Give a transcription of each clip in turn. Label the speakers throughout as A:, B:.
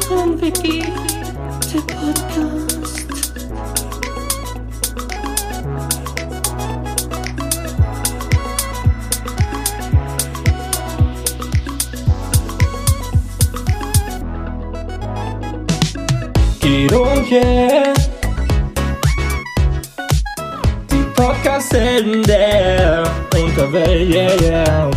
A: Zombieki, der Podcast.
B: Geht und yeah. Die Podcast-Helden der Unterwelt, yeah, yeah.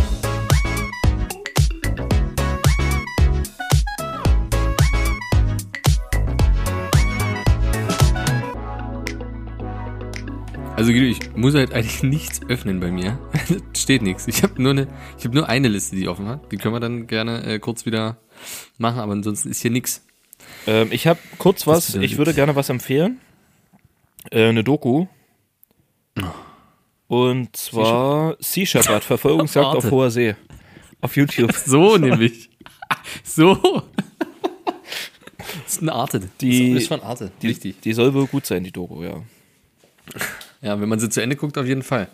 C: Also Guido, ich muss halt eigentlich nichts öffnen bei mir. Steht nichts. Ich habe nur eine, ich habe nur eine Liste, die offen hat. Die können wir dann gerne äh, kurz wieder machen, aber ansonsten ist hier nichts.
D: Ähm, ich habe kurz was,
C: wieder
D: ich
C: lieb.
D: würde gerne was empfehlen. Äh, eine Doku. Und zwar Oh. Sea Shepherd, Verfolgungsjagd auf
C: Warte.
D: hoher See. Auf YouTube.
C: So nämlich. So. ist eine Arte.
D: Die-
C: ist von Arte.
D: Die,
C: Richtig.
D: die soll wohl gut sein, die Doku, ja.
C: Ja, wenn man sie zu Ende guckt, auf jeden Fall.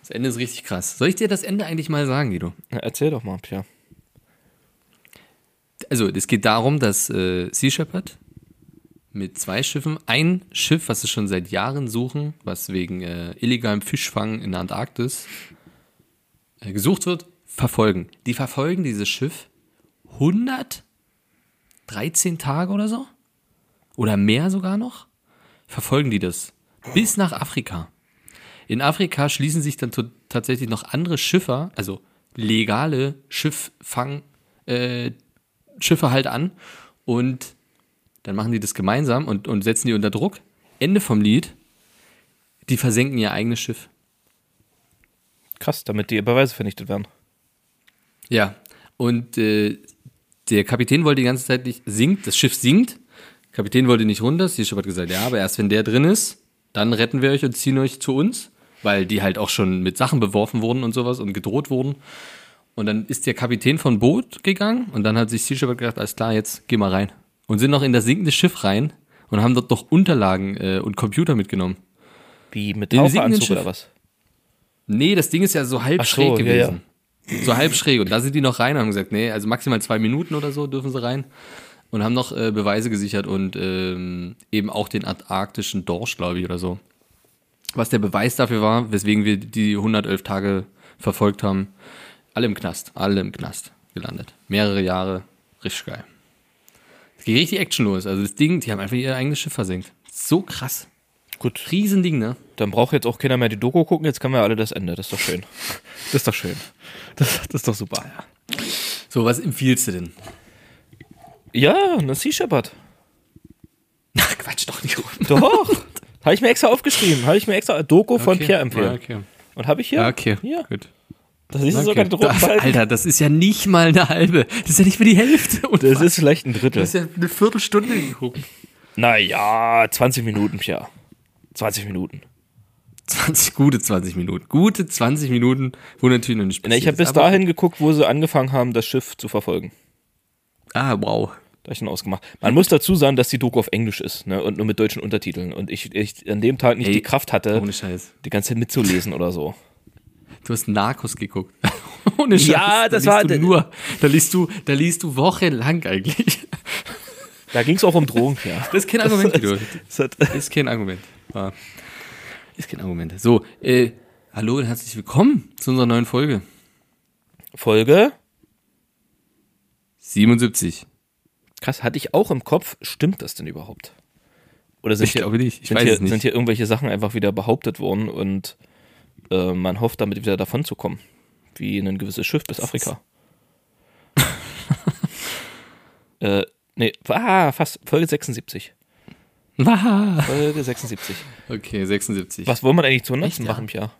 C: Das Ende ist richtig krass. Soll ich dir das Ende eigentlich mal sagen, Guido?
D: Na, erzähl doch mal, Pia.
C: also es geht darum, dass äh, Sea Shepherd mit zwei Schiffen, ein Schiff, was sie schon seit Jahren suchen, was wegen äh, illegalem Fischfang in der Antarktis äh, gesucht wird, verfolgen. Die verfolgen dieses Schiff 113 Tage oder so? Oder mehr sogar noch? Verfolgen die das bis nach Afrika. In Afrika schließen sich dann to- tatsächlich noch andere Schiffer, also legale Schifffang äh, Schiffe halt an und dann machen die das gemeinsam und, und setzen die unter Druck. Ende vom Lied, die versenken ihr eigenes Schiff.
D: Krass, damit die Beweise vernichtet werden.
C: Ja. Und äh, der Kapitän wollte die ganze Zeit nicht, sinkt, das Schiff sinkt. Kapitän wollte nicht runter, Sea Shepherd hat gesagt, ja, aber erst wenn der drin ist, dann retten wir euch und ziehen euch zu uns, weil die halt auch schon mit Sachen beworfen wurden und sowas und gedroht wurden. Und dann ist der Kapitän von Boot gegangen und dann hat sich Sea Shepherd gedacht, alles klar, jetzt geh mal rein. Und sind noch in das sinkende Schiff rein und haben dort noch Unterlagen äh, und Computer mitgenommen.
D: Wie mit
C: Im sinkenden
D: Taucheranzug
C: Schiff.
D: oder was?
C: Nee, das Ding ist ja so halb
D: Ach so,
C: schräg
D: ja, ja.
C: gewesen. So halb schräg. Und da sind die noch rein und haben gesagt, nee, also maximal zwei Minuten oder so dürfen sie rein. Und haben noch äh, Beweise gesichert und ähm, eben auch den antarktischen Dorsch, glaube ich, oder so. Was der Beweis dafür war, weswegen wir die 111 Tage verfolgt haben. Alle im Knast, alle im Knast gelandet. Mehrere Jahre, richtig geil. Es geht richtig Action los. Also das Ding, die haben einfach ihr eigenes Schiff versenkt. So krass.
D: Gut,
C: Riesending, ne?
D: dann braucht jetzt auch keiner mehr die Doku gucken, jetzt können wir alle das Ende. Das ist doch schön. Das ist doch schön. Das, das ist doch super.
C: So, was empfiehlst du denn?
D: Ja, eine Sea Shepherd.
C: Na, Quatsch doch nicht rum.
D: Doch. Habe ich mir extra aufgeschrieben. Habe ich mir extra Doku von Pierre empfehlen.
C: Okay.
D: Und habe ich hier?
C: Ja, okay.
D: Ja.
C: Gut.
D: Das ist
C: Okay.
D: sogar die
C: Da,
D: Druckzeit.
C: Alter, das ist ja nicht mal eine halbe. Das ist ja nicht mal die Hälfte. Und
D: Das ist vielleicht ein Drittel.
C: das ist ja eine Viertelstunde geguckt.
D: Naja, 20 Minuten, Pia. 20 Minuten.
C: 20, gute 20 Minuten. Gute 20 Minuten, wo natürlich noch nicht
D: Na,
C: passiert
D: ich habe
C: ist,
D: bis
C: aber-
D: dahin geguckt, wo sie angefangen haben, das Schiff zu verfolgen.
C: Ah, wow.
D: Da hab ich dann ausgemacht. Man muss dazu sagen, dass die Doku auf Englisch ist ne? und nur mit deutschen Untertiteln. Und ich, ich an dem Tag nicht
C: Ey,
D: die Kraft hatte,
C: Ohne Scheiß.
D: die ganze Zeit mitzulesen oder so.
C: Du hast Narcos geguckt. ohne Scheiß.
D: Ja, das
C: da liest
D: war-
C: Du nur, da liest du, da liest du wochenlang eigentlich.
D: Da ging es auch um Drogen, Pia.
C: Das ist kein Argument, Guido.
D: Das hat,
C: Ist kein Argument. Ja. Ist kein Argument. So, äh, hallo und herzlich willkommen zu unserer neuen Folge.
D: Folge,
C: 77.
D: krass, hatte ich auch im Kopf, stimmt das denn überhaupt? Oder sind
C: Ich
D: hier,
C: glaube nicht. Ich
D: sind
C: weiß
D: hier,
C: es nicht.
D: Sind hier irgendwelche Sachen einfach wieder behauptet worden und äh, man hofft, damit wieder davon zu kommen? Wie ein gewisses Schiff bis Afrika. äh, nee, ah, fast. Folge 76.
C: Waha.
D: Folge 76.
C: Okay, 76.
D: Was wollen wir denn eigentlich zu 100.
C: Echt, ja?
D: machen, Pia?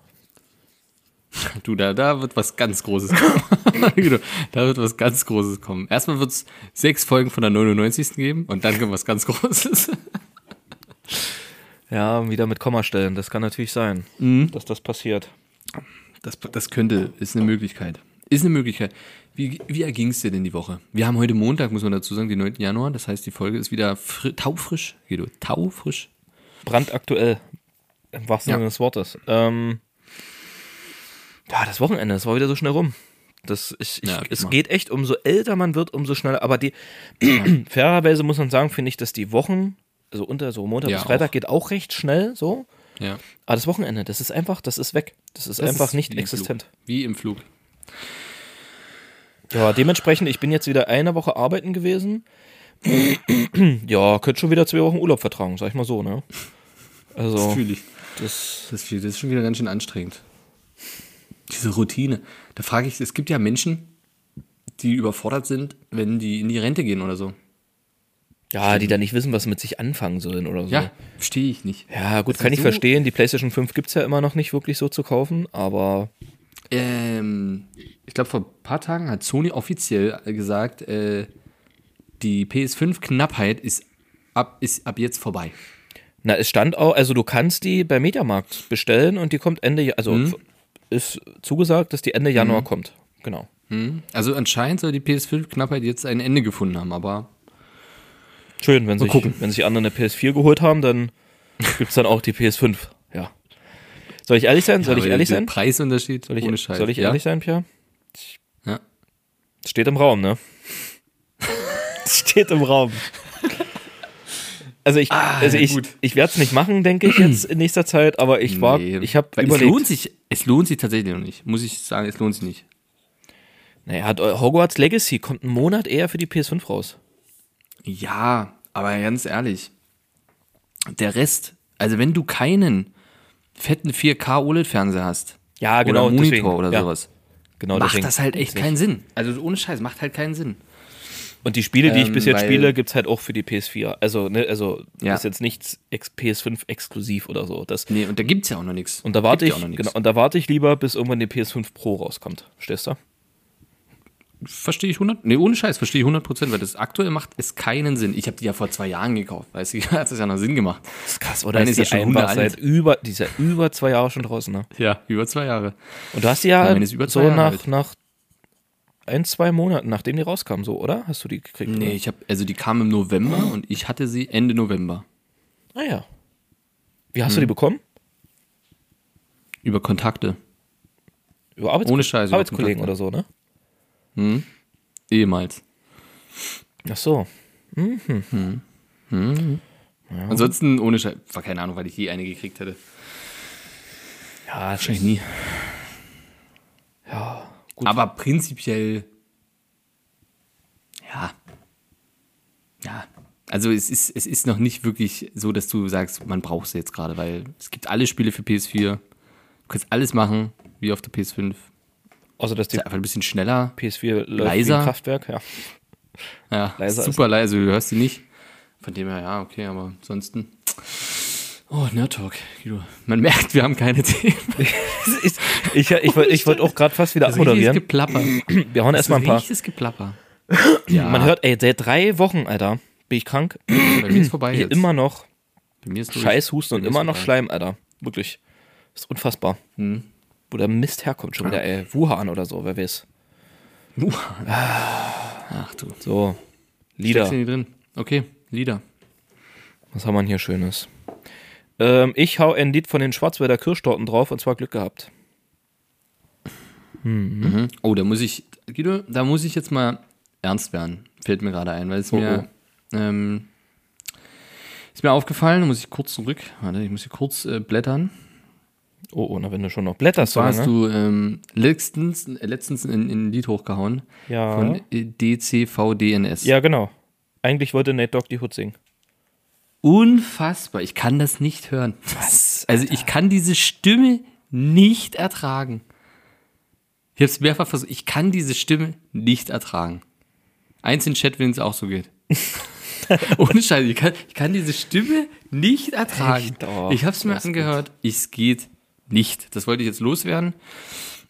C: Du, da, da wird was ganz Großes kommen. Guido, da wird was ganz Großes kommen. Erstmal wird es sechs Folgen von der 99. geben und dann kommt was ganz Großes.
D: Ja, wieder mit Kommastellen. Das kann natürlich sein, dass das passiert.
C: Das, das könnte, ist eine Möglichkeit. Ist eine Möglichkeit. Wie, wie erging es dir denn die Woche? Wir haben heute Montag, muss man dazu sagen, den 9. Januar. Das heißt, die Folge ist wieder fri taufrisch. Guido, taufrisch.
D: brandaktuell. Im wahrsten
C: Ja.
D: Sinne des Wortes. Ähm, ja, das Wochenende, das war wieder so schnell rum. Das ich, ich,
C: Ja, guck
D: es
C: mal.
D: geht echt, umso älter man wird, umso schneller. Aber die, fairerweise muss man sagen, finde ich, dass die Wochen, also unter so Montag
C: Ja,
D: bis Freitag
C: auch.
D: geht auch recht schnell so.
C: Ja.
D: Aber das Wochenende, das ist einfach, das ist weg. Das ist
C: Das
D: einfach
C: ist
D: nicht
C: wie im
D: existent.
C: Flug. Wie im Flug.
D: Ja, dementsprechend, ich bin jetzt wieder eine Woche arbeiten gewesen. ja, könnte schon wieder zwei Wochen Urlaub vertragen, sag ich mal so, ne? Also,
C: Fühle ich.
D: das,
C: Das, ist viel- das ist schon wieder ganz schön anstrengend. Diese Routine. Da frage ich, es gibt ja Menschen, die überfordert sind, wenn die in die Rente gehen oder so.
D: ja, die da nicht wissen, was sie mit sich anfangen sollen oder so.
C: Ja, verstehe ich nicht.
D: Ja, gut,
C: Also
D: kann ich
C: so-
D: verstehen. Die PlayStation 5 gibt's ja immer noch nicht wirklich so zu kaufen, aber
C: Ähm, ich glaube, vor ein paar Tagen hat Sony offiziell gesagt, äh, die PS5-Knappheit ist ab, ist ab jetzt vorbei.
D: na, es stand auch, also du kannst die bei Mediamarkt bestellen und die kommt Ende, Ja- also ist zugesagt, dass die Ende Januar kommt. Genau.
C: Hm? Also anscheinend soll die PS5-Knappheit jetzt ein Ende gefunden haben, aber
D: Schön, wenn sich,
C: gucken.
D: wenn sich andere eine PS4 geholt haben, dann gibt's dann auch die PS5. Ja. Soll ich ehrlich sein? Soll ich
C: aber
D: ehrlich
C: der
D: sein?
C: Preisunterschied
D: Soll ich, e-
C: ohne Scheiß.
D: soll ich
C: ja?
D: ehrlich sein, Pierre?
C: Ja.
D: Steht im Raum, ne? Steht im Raum. Also ich, also
C: Ah, ja,
D: ich,
C: gut.
D: ich werde es nicht machen, denke ich jetzt in nächster Zeit, aber ich war,
C: Nee,
D: ich habe
C: weil es
D: überlegt.
C: lohnt sich, es lohnt sich tatsächlich noch nicht. Muss ich sagen, es lohnt sich nicht.
D: Naja, hat Hogwarts Legacy kommt einen Monat eher für die PS5 raus.
C: Ja, aber ganz ehrlich, der Rest, also wenn du keinen fetten 4K OLED-Fernseher hast,
D: Ja,
C: oder Monitor oder
D: Ah, genau, ja,
C: sowas,
D: Genau,
C: macht
D: deswegen.
C: das halt echt keinen Sinn. Also ohne Scheiß, macht halt keinen Sinn.
D: Und die Spiele, die ich bis
C: Ähm,
D: jetzt
C: weil-
D: spiele, gibt es halt auch für die PS4. Also, ne, also
C: Ja.
D: ist jetzt nichts ex PS5 exklusiv oder so. Das,
C: Nee, und da gibt's ja auch noch nichts.
D: und da warte
C: Gibt
D: ich,
C: ja auch noch
D: genau,
C: nichts.
D: und da warte ich lieber, bis irgendwann die PS5 Pro rauskommt. Verstehst du?
C: Verstehe ich 100? Nee, ohne Scheiß, verstehe ich 100 Prozent, weil das aktuell macht es keinen Sinn. Ich habe die ja vor zwei Jahren gekauft, weißt du, hat das ja noch Sinn gemacht.
D: Das ist krass, oder?
C: Meine
D: Ist die
C: ist ja schon
D: einfach
C: 100 alt.
D: seit über, die ist ja über zwei Jahre schon draußen, ne?
C: Ja, über zwei Jahre.
D: Und du hast die ja, halt
C: Ja, meine ist über zwei
D: so
C: Jahre
D: nach,
C: alt.
D: nach ein, zwei Monaten, nachdem die rauskam, so, oder? Hast du die gekriegt?
C: Nee, ich habe, also die kam im November und ich hatte sie Ende November.
D: Ah ja. Wie hast du die
C: Hm.
D: bekommen?
C: Über Kontakte.
D: Über Arbeits
C: Ohne Scheiß, über
D: Arbeitskollegen oder
C: Kontakte.
D: so, ne?
C: Ehemals.
D: Ach so.
C: Mhm. Ansonsten ohne Scheiß, war keine Ahnung, weil ich je eine gekriegt hätte.
D: Ja, das
C: Wahrscheinlich
D: ist,
C: nie.
D: ja.
C: Aber prinzipiell. Ja. Ja. Also es ist, es ist noch nicht wirklich so, dass du sagst, man braucht sie jetzt gerade, weil es gibt alle Spiele für PS4. Du kannst alles machen, wie auf der PS5.
D: Also, dass die
C: Ist einfach ein bisschen schneller.
D: PS4 läuft wie
C: Leiser.
D: ein Kraftwerk, ja.
C: Ja,
D: Leiser
C: super leise, du hörst sie nicht. Von dem her, ja, okay, aber ansonsten. Oh, Nerd Talk, Guido. Man merkt, wir haben keine Themen.
D: ich ich, ich, wollt- ich wollte auch gerade fast wieder
C: Richtiges
D: abmoderieren.
C: Geplapper.
D: Wir hauen erstmal ein paar.
C: Richtiges Geplapper.
D: Man hört, ey, seit drei Wochen, Alter, bin ich krank.
C: Bei mir ist vorbei
D: Hier
C: jetzt.
D: immer noch
C: Bei mir ist durch.
D: scheiß Husten und
C: Bei mir ist
D: immer noch
C: vorbei.
D: Schleim, Alter. Wirklich. Ist unfassbar.
C: Hm.
D: Wo der Mist herkommt schon wieder, ey. Wuhan oder so, wer weiß.
C: Wuhan. Ach du.
D: So.
C: Steckst
D: Lieder.
C: du nicht drin. Okay, Lieder.
D: Was haben wir denn hier Schönes? Ähm, ich hau ein Lied von den Schwarzwälder Kirschtorten drauf und zwar Glück gehabt.
C: Mhm. Oh, da muss ich, Guido, da muss ich jetzt mal ernst werden. Fällt mir gerade ein, weil es
D: Oh,
C: mir Ähm, ist mir aufgefallen, da muss ich kurz zurück. Warte, ich muss hier kurz äh, blättern.
D: Oh, oh, na, wenn du schon noch blätterst,
C: Zwar hast
D: ne?
C: du ähm, letztens, äh, letztens in, in ein Lied hochgehauen
D: Ja.
C: von äh, DCVDNS.
D: Ja, genau. Eigentlich wollte Nate Dogg die Hood singen.
C: Unfassbar. Ich kann das nicht hören. Was? Also ich kann diese Stimme nicht ertragen. Ich habe es mehrfach versucht. Ich kann diese Stimme nicht ertragen. Eins in den Chat, wenn es auch so geht. Ohne Scheiß. Ich kann, ich kann diese Stimme nicht ertragen.
D: Echt? Oh,
C: ich habe es mir
D: das ist
C: angehört. Ich- Es geht nicht. Das wollte ich jetzt loswerden.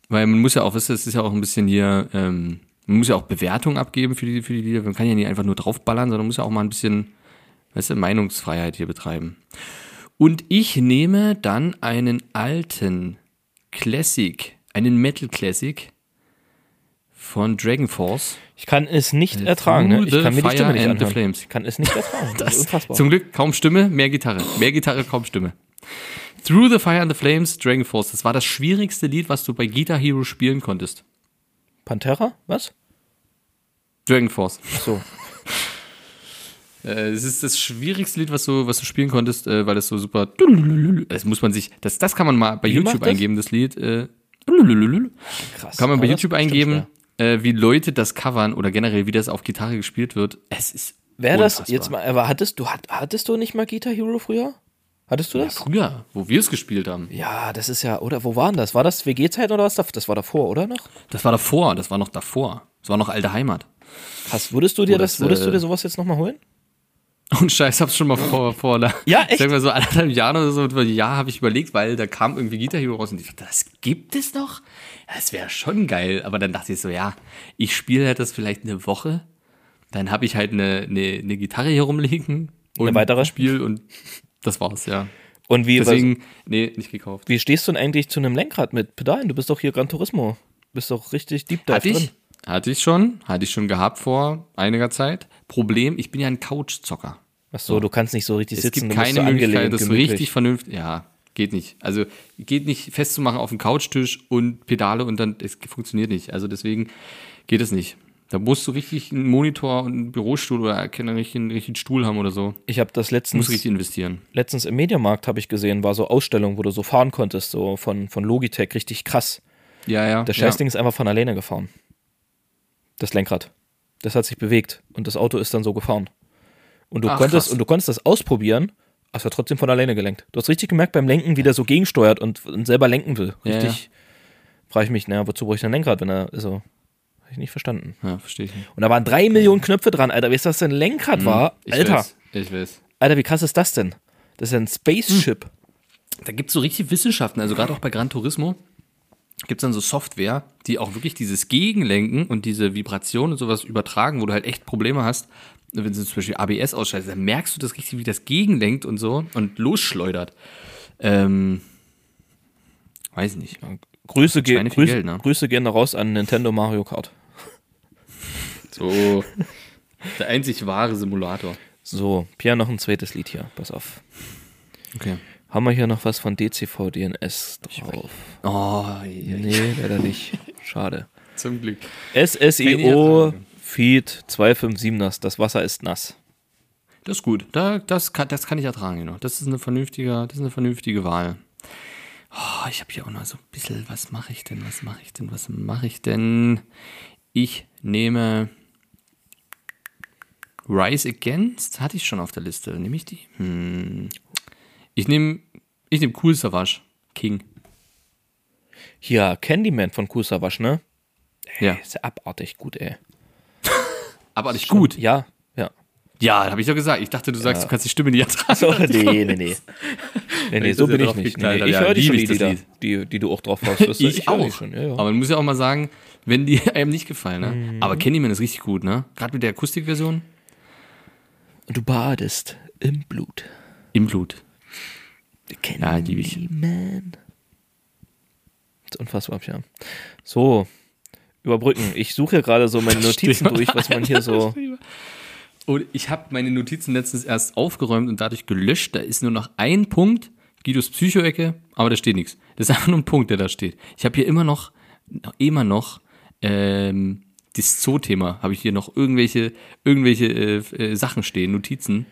C: Weil man muss ja auch, weißt du, es ist ja auch ein bisschen hier, ähm, man muss ja auch Bewertungen abgeben für die, für die Lieder. Man kann ja nicht einfach nur draufballern, sondern muss ja auch mal ein bisschen, weißt du, Meinungsfreiheit hier betreiben. Und ich nehme dann einen alten Classic, einen Metal Classic von Dragon Force.
D: Ich kann es nicht
C: Äh,
D: ertragen. Ne?
C: Through
D: Ich
C: the
D: kann mir die
C: fire
D: Stimme nicht
C: and the
D: anhören.
C: flames.
D: Ich kann es nicht ertragen. Das ist unfassbar.
C: Zum Glück kaum Stimme, mehr Gitarre. Mehr Gitarre, kaum Stimme. Through the Fire and the Flames, Dragon Force. Das war das schwierigste Lied, was du bei Guitar Hero spielen konntest.
D: Pantera? Was?
C: Dragon Force.
D: So.
C: Äh, Es ist das schwierigste Lied, was du, was du spielen konntest, äh, weil das so super. Das muss man sich. Das, das kann man mal bei YouTube
D: macht das?
C: eingeben, das Lied. Äh,
D: Krass.
C: kann man bei
D: Aber
C: YouTube
D: das ist bestimmt
C: eingeben,
D: schwer.
C: äh, wie Leute das covern oder generell, wie das auf Gitarre gespielt wird. Es ist.
D: Wäre das
C: unfassbar.
D: jetzt mal, aber hattest du, hat, hattest du nicht mal Guitar Hero früher? Hattest du das?
C: Früher, wo wir es gespielt haben.
D: Ja, das ist ja, oder wo waren das? War das WG-Zeit oder was? Das war davor, oder noch?
C: Das war davor, das war noch davor. Das war noch alte Heimat.
D: Krass, würdest du dir
C: Wo
D: das,
C: das,
D: würdest du
C: äh,
D: dir sowas jetzt nochmal holen?
C: Und Scheiß, hab's schon mal vor, vor einer,
D: Ja, echt?
C: sag mal so anderthalb Jahren oder so, vor einem Jahr habe ich überlegt, weil da kam irgendwie Guitar Hero raus und ich dachte, das gibt es noch? Das wäre schon geil. Aber dann dachte ich so, ja, ich spiele halt das vielleicht eine Woche, dann habe ich halt eine, eine, eine Gitarre hier rumliegen und
D: Eine weitere?
C: ein Spiel und das war's, ja.
D: Und wie,
C: Deswegen, nee, nicht gekauft.
D: wie stehst du denn eigentlich zu einem Lenkrad mit Pedalen? Du bist doch hier Gran Turismo. Bist doch richtig Deep Dive
C: Hatte
D: drin.
C: ich, hatte ich schon, hatte ich schon gehabt vor einiger Zeit. Problem, ich bin ja ein Couchzocker.
D: Ach so, du kannst nicht so richtig
C: Es
D: sitzen.
C: gibt
D: du bist
C: keine
D: so
C: Möglichkeit,
D: angelehnt,
C: das
D: gemütlich.
C: richtig vernünftig. Ja, geht nicht. Also geht nicht festzumachen auf dem Couchtisch und Pedale und dann, es funktioniert nicht. Also deswegen geht es nicht. Da musst du richtig einen Monitor und einen Bürostuhl oder keinen richtigen, richtigen Stuhl haben oder so.
D: Ich habe das
C: Du musst
D: letztens,
C: richtig investieren.
D: letztens im Mediamarkt habe ich gesehen, war so Ausstellung, wo du so fahren konntest, so von, von Logitech, richtig krass.
C: Ja, ja.
D: Das
C: ja.
D: Scheißding ist einfach von alleine gefahren. Das Lenkrad. Das hat sich bewegt und das Auto ist dann so gefahren. Und du
C: Ach,
D: konntest
C: krass.
D: und du konntest das ausprobieren, aber es war trotzdem von alleine gelenkt. Du hast richtig gemerkt beim Lenken, wie der so gegensteuert und, und selber lenken will.
C: Ja,
D: Richtig. Frage ich mich, naja, wozu brauche ich ein Lenkrad, wenn er so. Habe ich nicht verstanden.
C: Ja, verstehe ich. nicht.
D: Und da waren drei Millionen Knöpfe dran, Alter. Weißt du, was denn ein Lenkrad war?
C: Hm, Ich
D: Alter,
C: Weiß, ich weiß.
D: Alter, wie krass ist das denn? Das ist ja ein Spaceship.
C: Da gibt es so richtig Wissenschaften, also gerade auch bei Gran Turismo gibt es dann so Software, die auch wirklich dieses Gegenlenken und diese Vibration und sowas übertragen, wo du halt echt Probleme hast. Wenn du zum Beispiel ABS ausschaltest, dann merkst du das richtig, wie das gegenlenkt und so und losschleudert. Ähm, weiß nicht.
D: Grüße, ge
C: Schweine Hm. viel
D: Grüße,
C: Geld, ne?
D: Grüße gehen da raus an Nintendo Mario Kart.
C: So der einzig wahre Simulator.
D: So, Pierre, noch ein zweites Lied hier. Pass auf.
C: Okay.
D: Haben wir hier noch was von DCV DNS drauf?
C: Oh,
D: Nee, leider nicht. Schade.
C: zum Glück.
D: SSIO Feed 257ers. Das Wasser ist nass.
C: Das ist gut. Da, das, kann, das kann ich ertragen, genau. Das ist eine vernünftige, das ist eine vernünftige Wahl. Oh, ich habe hier auch noch so ein bisschen, was mache ich denn? Was mache ich denn? Was mache ich denn? Ich nehme Rise Against, hatte ich schon auf der Liste. Nehme ich die? Hm. Ich nehme ich nehm Cool Savage. King.
D: Hier, Candyman von Kusawasch, ne?
C: Ja.
D: Ist ja abartig gut, ey.
C: Aber nicht gut.
D: Ja, ja.
C: Ja, habe ich doch gesagt. Ich dachte, du sagst, du kannst die Stimme nicht ertragen.
D: So, nee, nee, nee. Nee, nee,
C: ich
D: so
C: das
D: bin
C: ja
D: ich
C: drauf
D: nicht. Nee,
C: geknallt
D: nee,
C: habe,
D: ich
C: ja,
D: höre die
C: lieb
D: schon, die
C: ich das
D: Lieder,
C: Lied.
D: die, die du auch drauf hast. weißt du?
C: ich,
D: höre die
C: auch.
D: Schon. Ja, ja.
C: Aber man muss ja auch mal sagen, wenn die einem nicht gefallen, ne? Aber Candyman ist richtig gut, ne? Gerade mit der Akustikversion.
D: Und du badest im Blut.
C: Im Blut. Ja,
D: Candyman.
C: liebe ich.
D: Das ist unfassbar, ja. So, überbrücken. Ich suche hier gerade so meine Notizen
C: stimmt.
D: durch, was man hier so.
C: Und ich habe meine Notizen letztens erst aufgeräumt und dadurch gelöscht. Da ist nur noch ein Punkt, Guidos Psychoecke, aber da steht nichts. Das ist einfach nur ein Punkt, der da steht. Ich habe hier immer noch, noch- immer noch, ähm, das Zoo-Thema, habe ich hier noch irgendwelche, irgendwelche äh, f- äh, Sachen stehen, Notizen.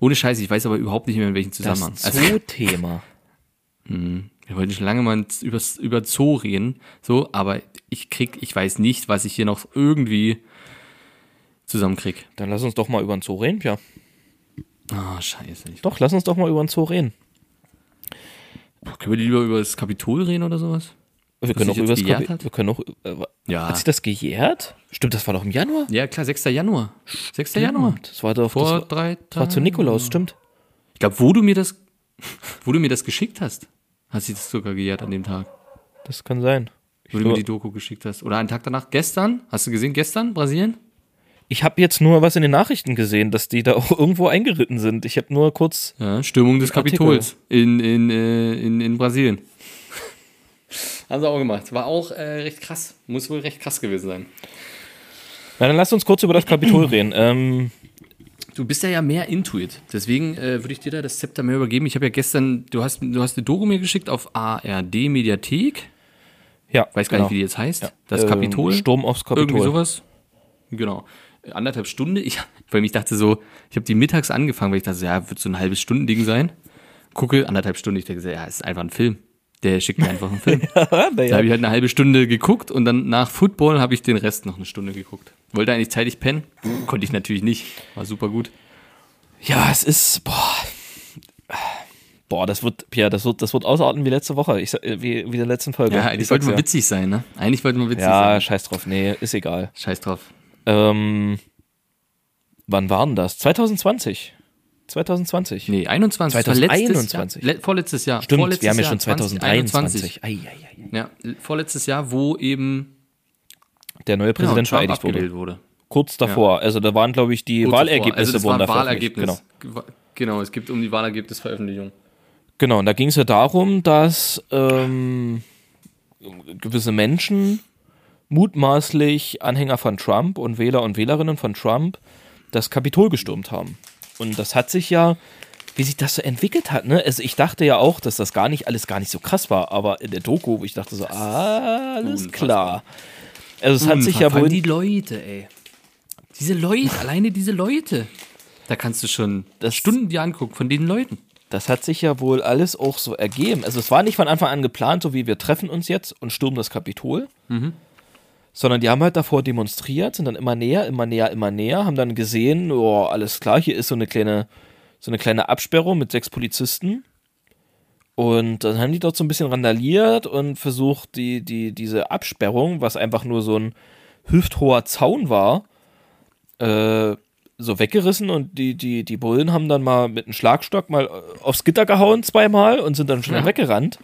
C: Ohne Scheiß, ich weiß aber überhaupt nicht mehr, in welchem
D: Das
C: Zusammenhang. Also-
D: Zoo-Thema.
C: Wir wollten schon lange mal über, über Zoo reden, so, aber ich krieg, ich weiß nicht, was ich hier noch irgendwie zusammenkrieg.
D: Dann lass uns doch mal über den Zoo reden, ja.
C: Ah, scheiße. Ich,
D: Doch, lass uns doch mal über den Zoo reden.
C: boah, können wir lieber über das Kapitol reden oder sowas?
D: Wir können auch
C: sich
D: über
C: jetzt
D: das
C: gejährt
D: Kapi-
C: hat?
D: Wir können auch. Äh, wa-
C: Ja.
D: Hat sich das gejährt? Stimmt, das war doch im Januar?
C: Ja, klar, 6. Januar. 6. Januar.
D: Das war doch.
C: Vor
D: das war,
C: drei
D: das war zu
C: Tagen.
D: Nikolaus, stimmt.
C: Ich glaube, wo du mir das, wo du mir das geschickt hast, hat sich das sogar gejährt an dem Tag.
D: Das kann sein.
C: Wo du mir die Doku geschickt hast. Oder einen Tag danach, gestern, hast du gesehen, gestern, Brasilien?
D: Ich habe jetzt nur was in den Nachrichten gesehen, dass die da auch irgendwo eingeritten sind. Ich habe nur kurz.
C: Ja, Stürmung des
D: Artikel.
C: Kapitols in, in, äh, in, in Brasilien. Haben sie auch gemacht. War auch äh, recht krass. Muss wohl recht krass gewesen sein.
D: Na, dann lass uns kurz über das Kapitol reden. Ähm,
C: Du bist ja ja mehr Intuit. Deswegen äh, würde ich dir da das Zepter mehr übergeben. Ich habe ja gestern, du hast, du hast eine Doku mir geschickt auf ARD Mediathek.
D: Ja,
C: Weiß gar
D: genau.
C: nicht, wie die jetzt heißt.
D: Ja.
C: Das
D: Ähm,
C: Kapitol.
D: Sturm aufs Kapitol.
C: Irgendwie sowas. Genau. Äh, Anderthalb Stunde. Ich, weil ich dachte so, ich habe die mittags angefangen, weil ich dachte, so, ja, wird so ein halbes Stundending sein. Gucke, anderthalb Stunden. Ich denke, so, ja, ist einfach ein Film. Der schickt mir einfach einen Film. Da
D: naja.
C: habe ich halt eine halbe Stunde geguckt und dann nach Football habe ich den Rest noch eine Stunde geguckt. Wollte eigentlich zeitig pennen, konnte ich natürlich nicht. War super gut.
D: Ja, es ist. Boah. Boah, das wird, Pierre, das wird, das wird ausarten wie letzte Woche, ich, sa- äh, wie, wie der letzten Folge.
C: Ja,
D: ich
C: eigentlich
D: sag's
C: wollten wir
D: ja.
C: witzig sein, ne? Eigentlich wollten wir witzig
D: Ja,
C: sein.
D: scheiß drauf, nee, ist egal.
C: Scheiß drauf.
D: Ähm, wann war denn das? 2020. 2020.
C: Nee, 21.
D: 2021.
C: Jahr, le- vorletztes Jahr.
D: Stimmt,
C: vorletztes
D: wir haben ja
C: Jahr,
D: schon 2021. Ei, ei, ei.
C: Ja, vorletztes Jahr, wo eben
D: Der neue
C: genau,
D: Präsident
C: Trump
D: vereidigt wurde.
C: abgewählt wurde.
D: Kurz davor, also da waren, glaube ich, die
C: Kurz
D: Wahlergebnisse
C: davor. Also das
D: wurden
C: war ein
D: da veröffentlicht.
C: Wahlergebnis. Genau. genau, es gibt um die Wahlergebnisveröffentlichung.
D: Genau, und da ging es ja darum, dass ähm, gewisse Menschen, mutmaßlich Anhänger von Trump und Wähler und Wählerinnen von Trump, das Kapitol gestürmt haben. Und das hat sich ja, wie sich das so entwickelt hat, ne? Also ich dachte ja auch, dass das gar nicht, alles gar nicht so krass war, aber in der Doku, wo ich dachte so, ah, alles klar. Also es hat sich ja
C: Vor allem
D: wohl
C: Hm, die Leute, ey. Diese Leute, alleine diese Leute. Da kannst du schon Stunden dir angucken von den Leuten.
D: Das hat sich ja wohl alles auch so ergeben. Also es war nicht von Anfang an geplant, so wie wir treffen uns jetzt und stürmen das Kapitol. Sondern die haben halt davor demonstriert, sind dann immer näher, immer näher, immer näher, haben dann gesehen, oh, alles klar, hier ist so eine kleine, so eine kleine Absperrung mit sechs Polizisten. Und dann haben die dort so ein bisschen randaliert und versucht, die, die, diese Absperrung, was einfach nur so ein hüfthoher Zaun war, äh, so weggerissen und die, die, die Bullen haben dann mal mit einem Schlagstock mal äh, aufs Gitter gehauen zweimal und sind dann schnell weggerannt.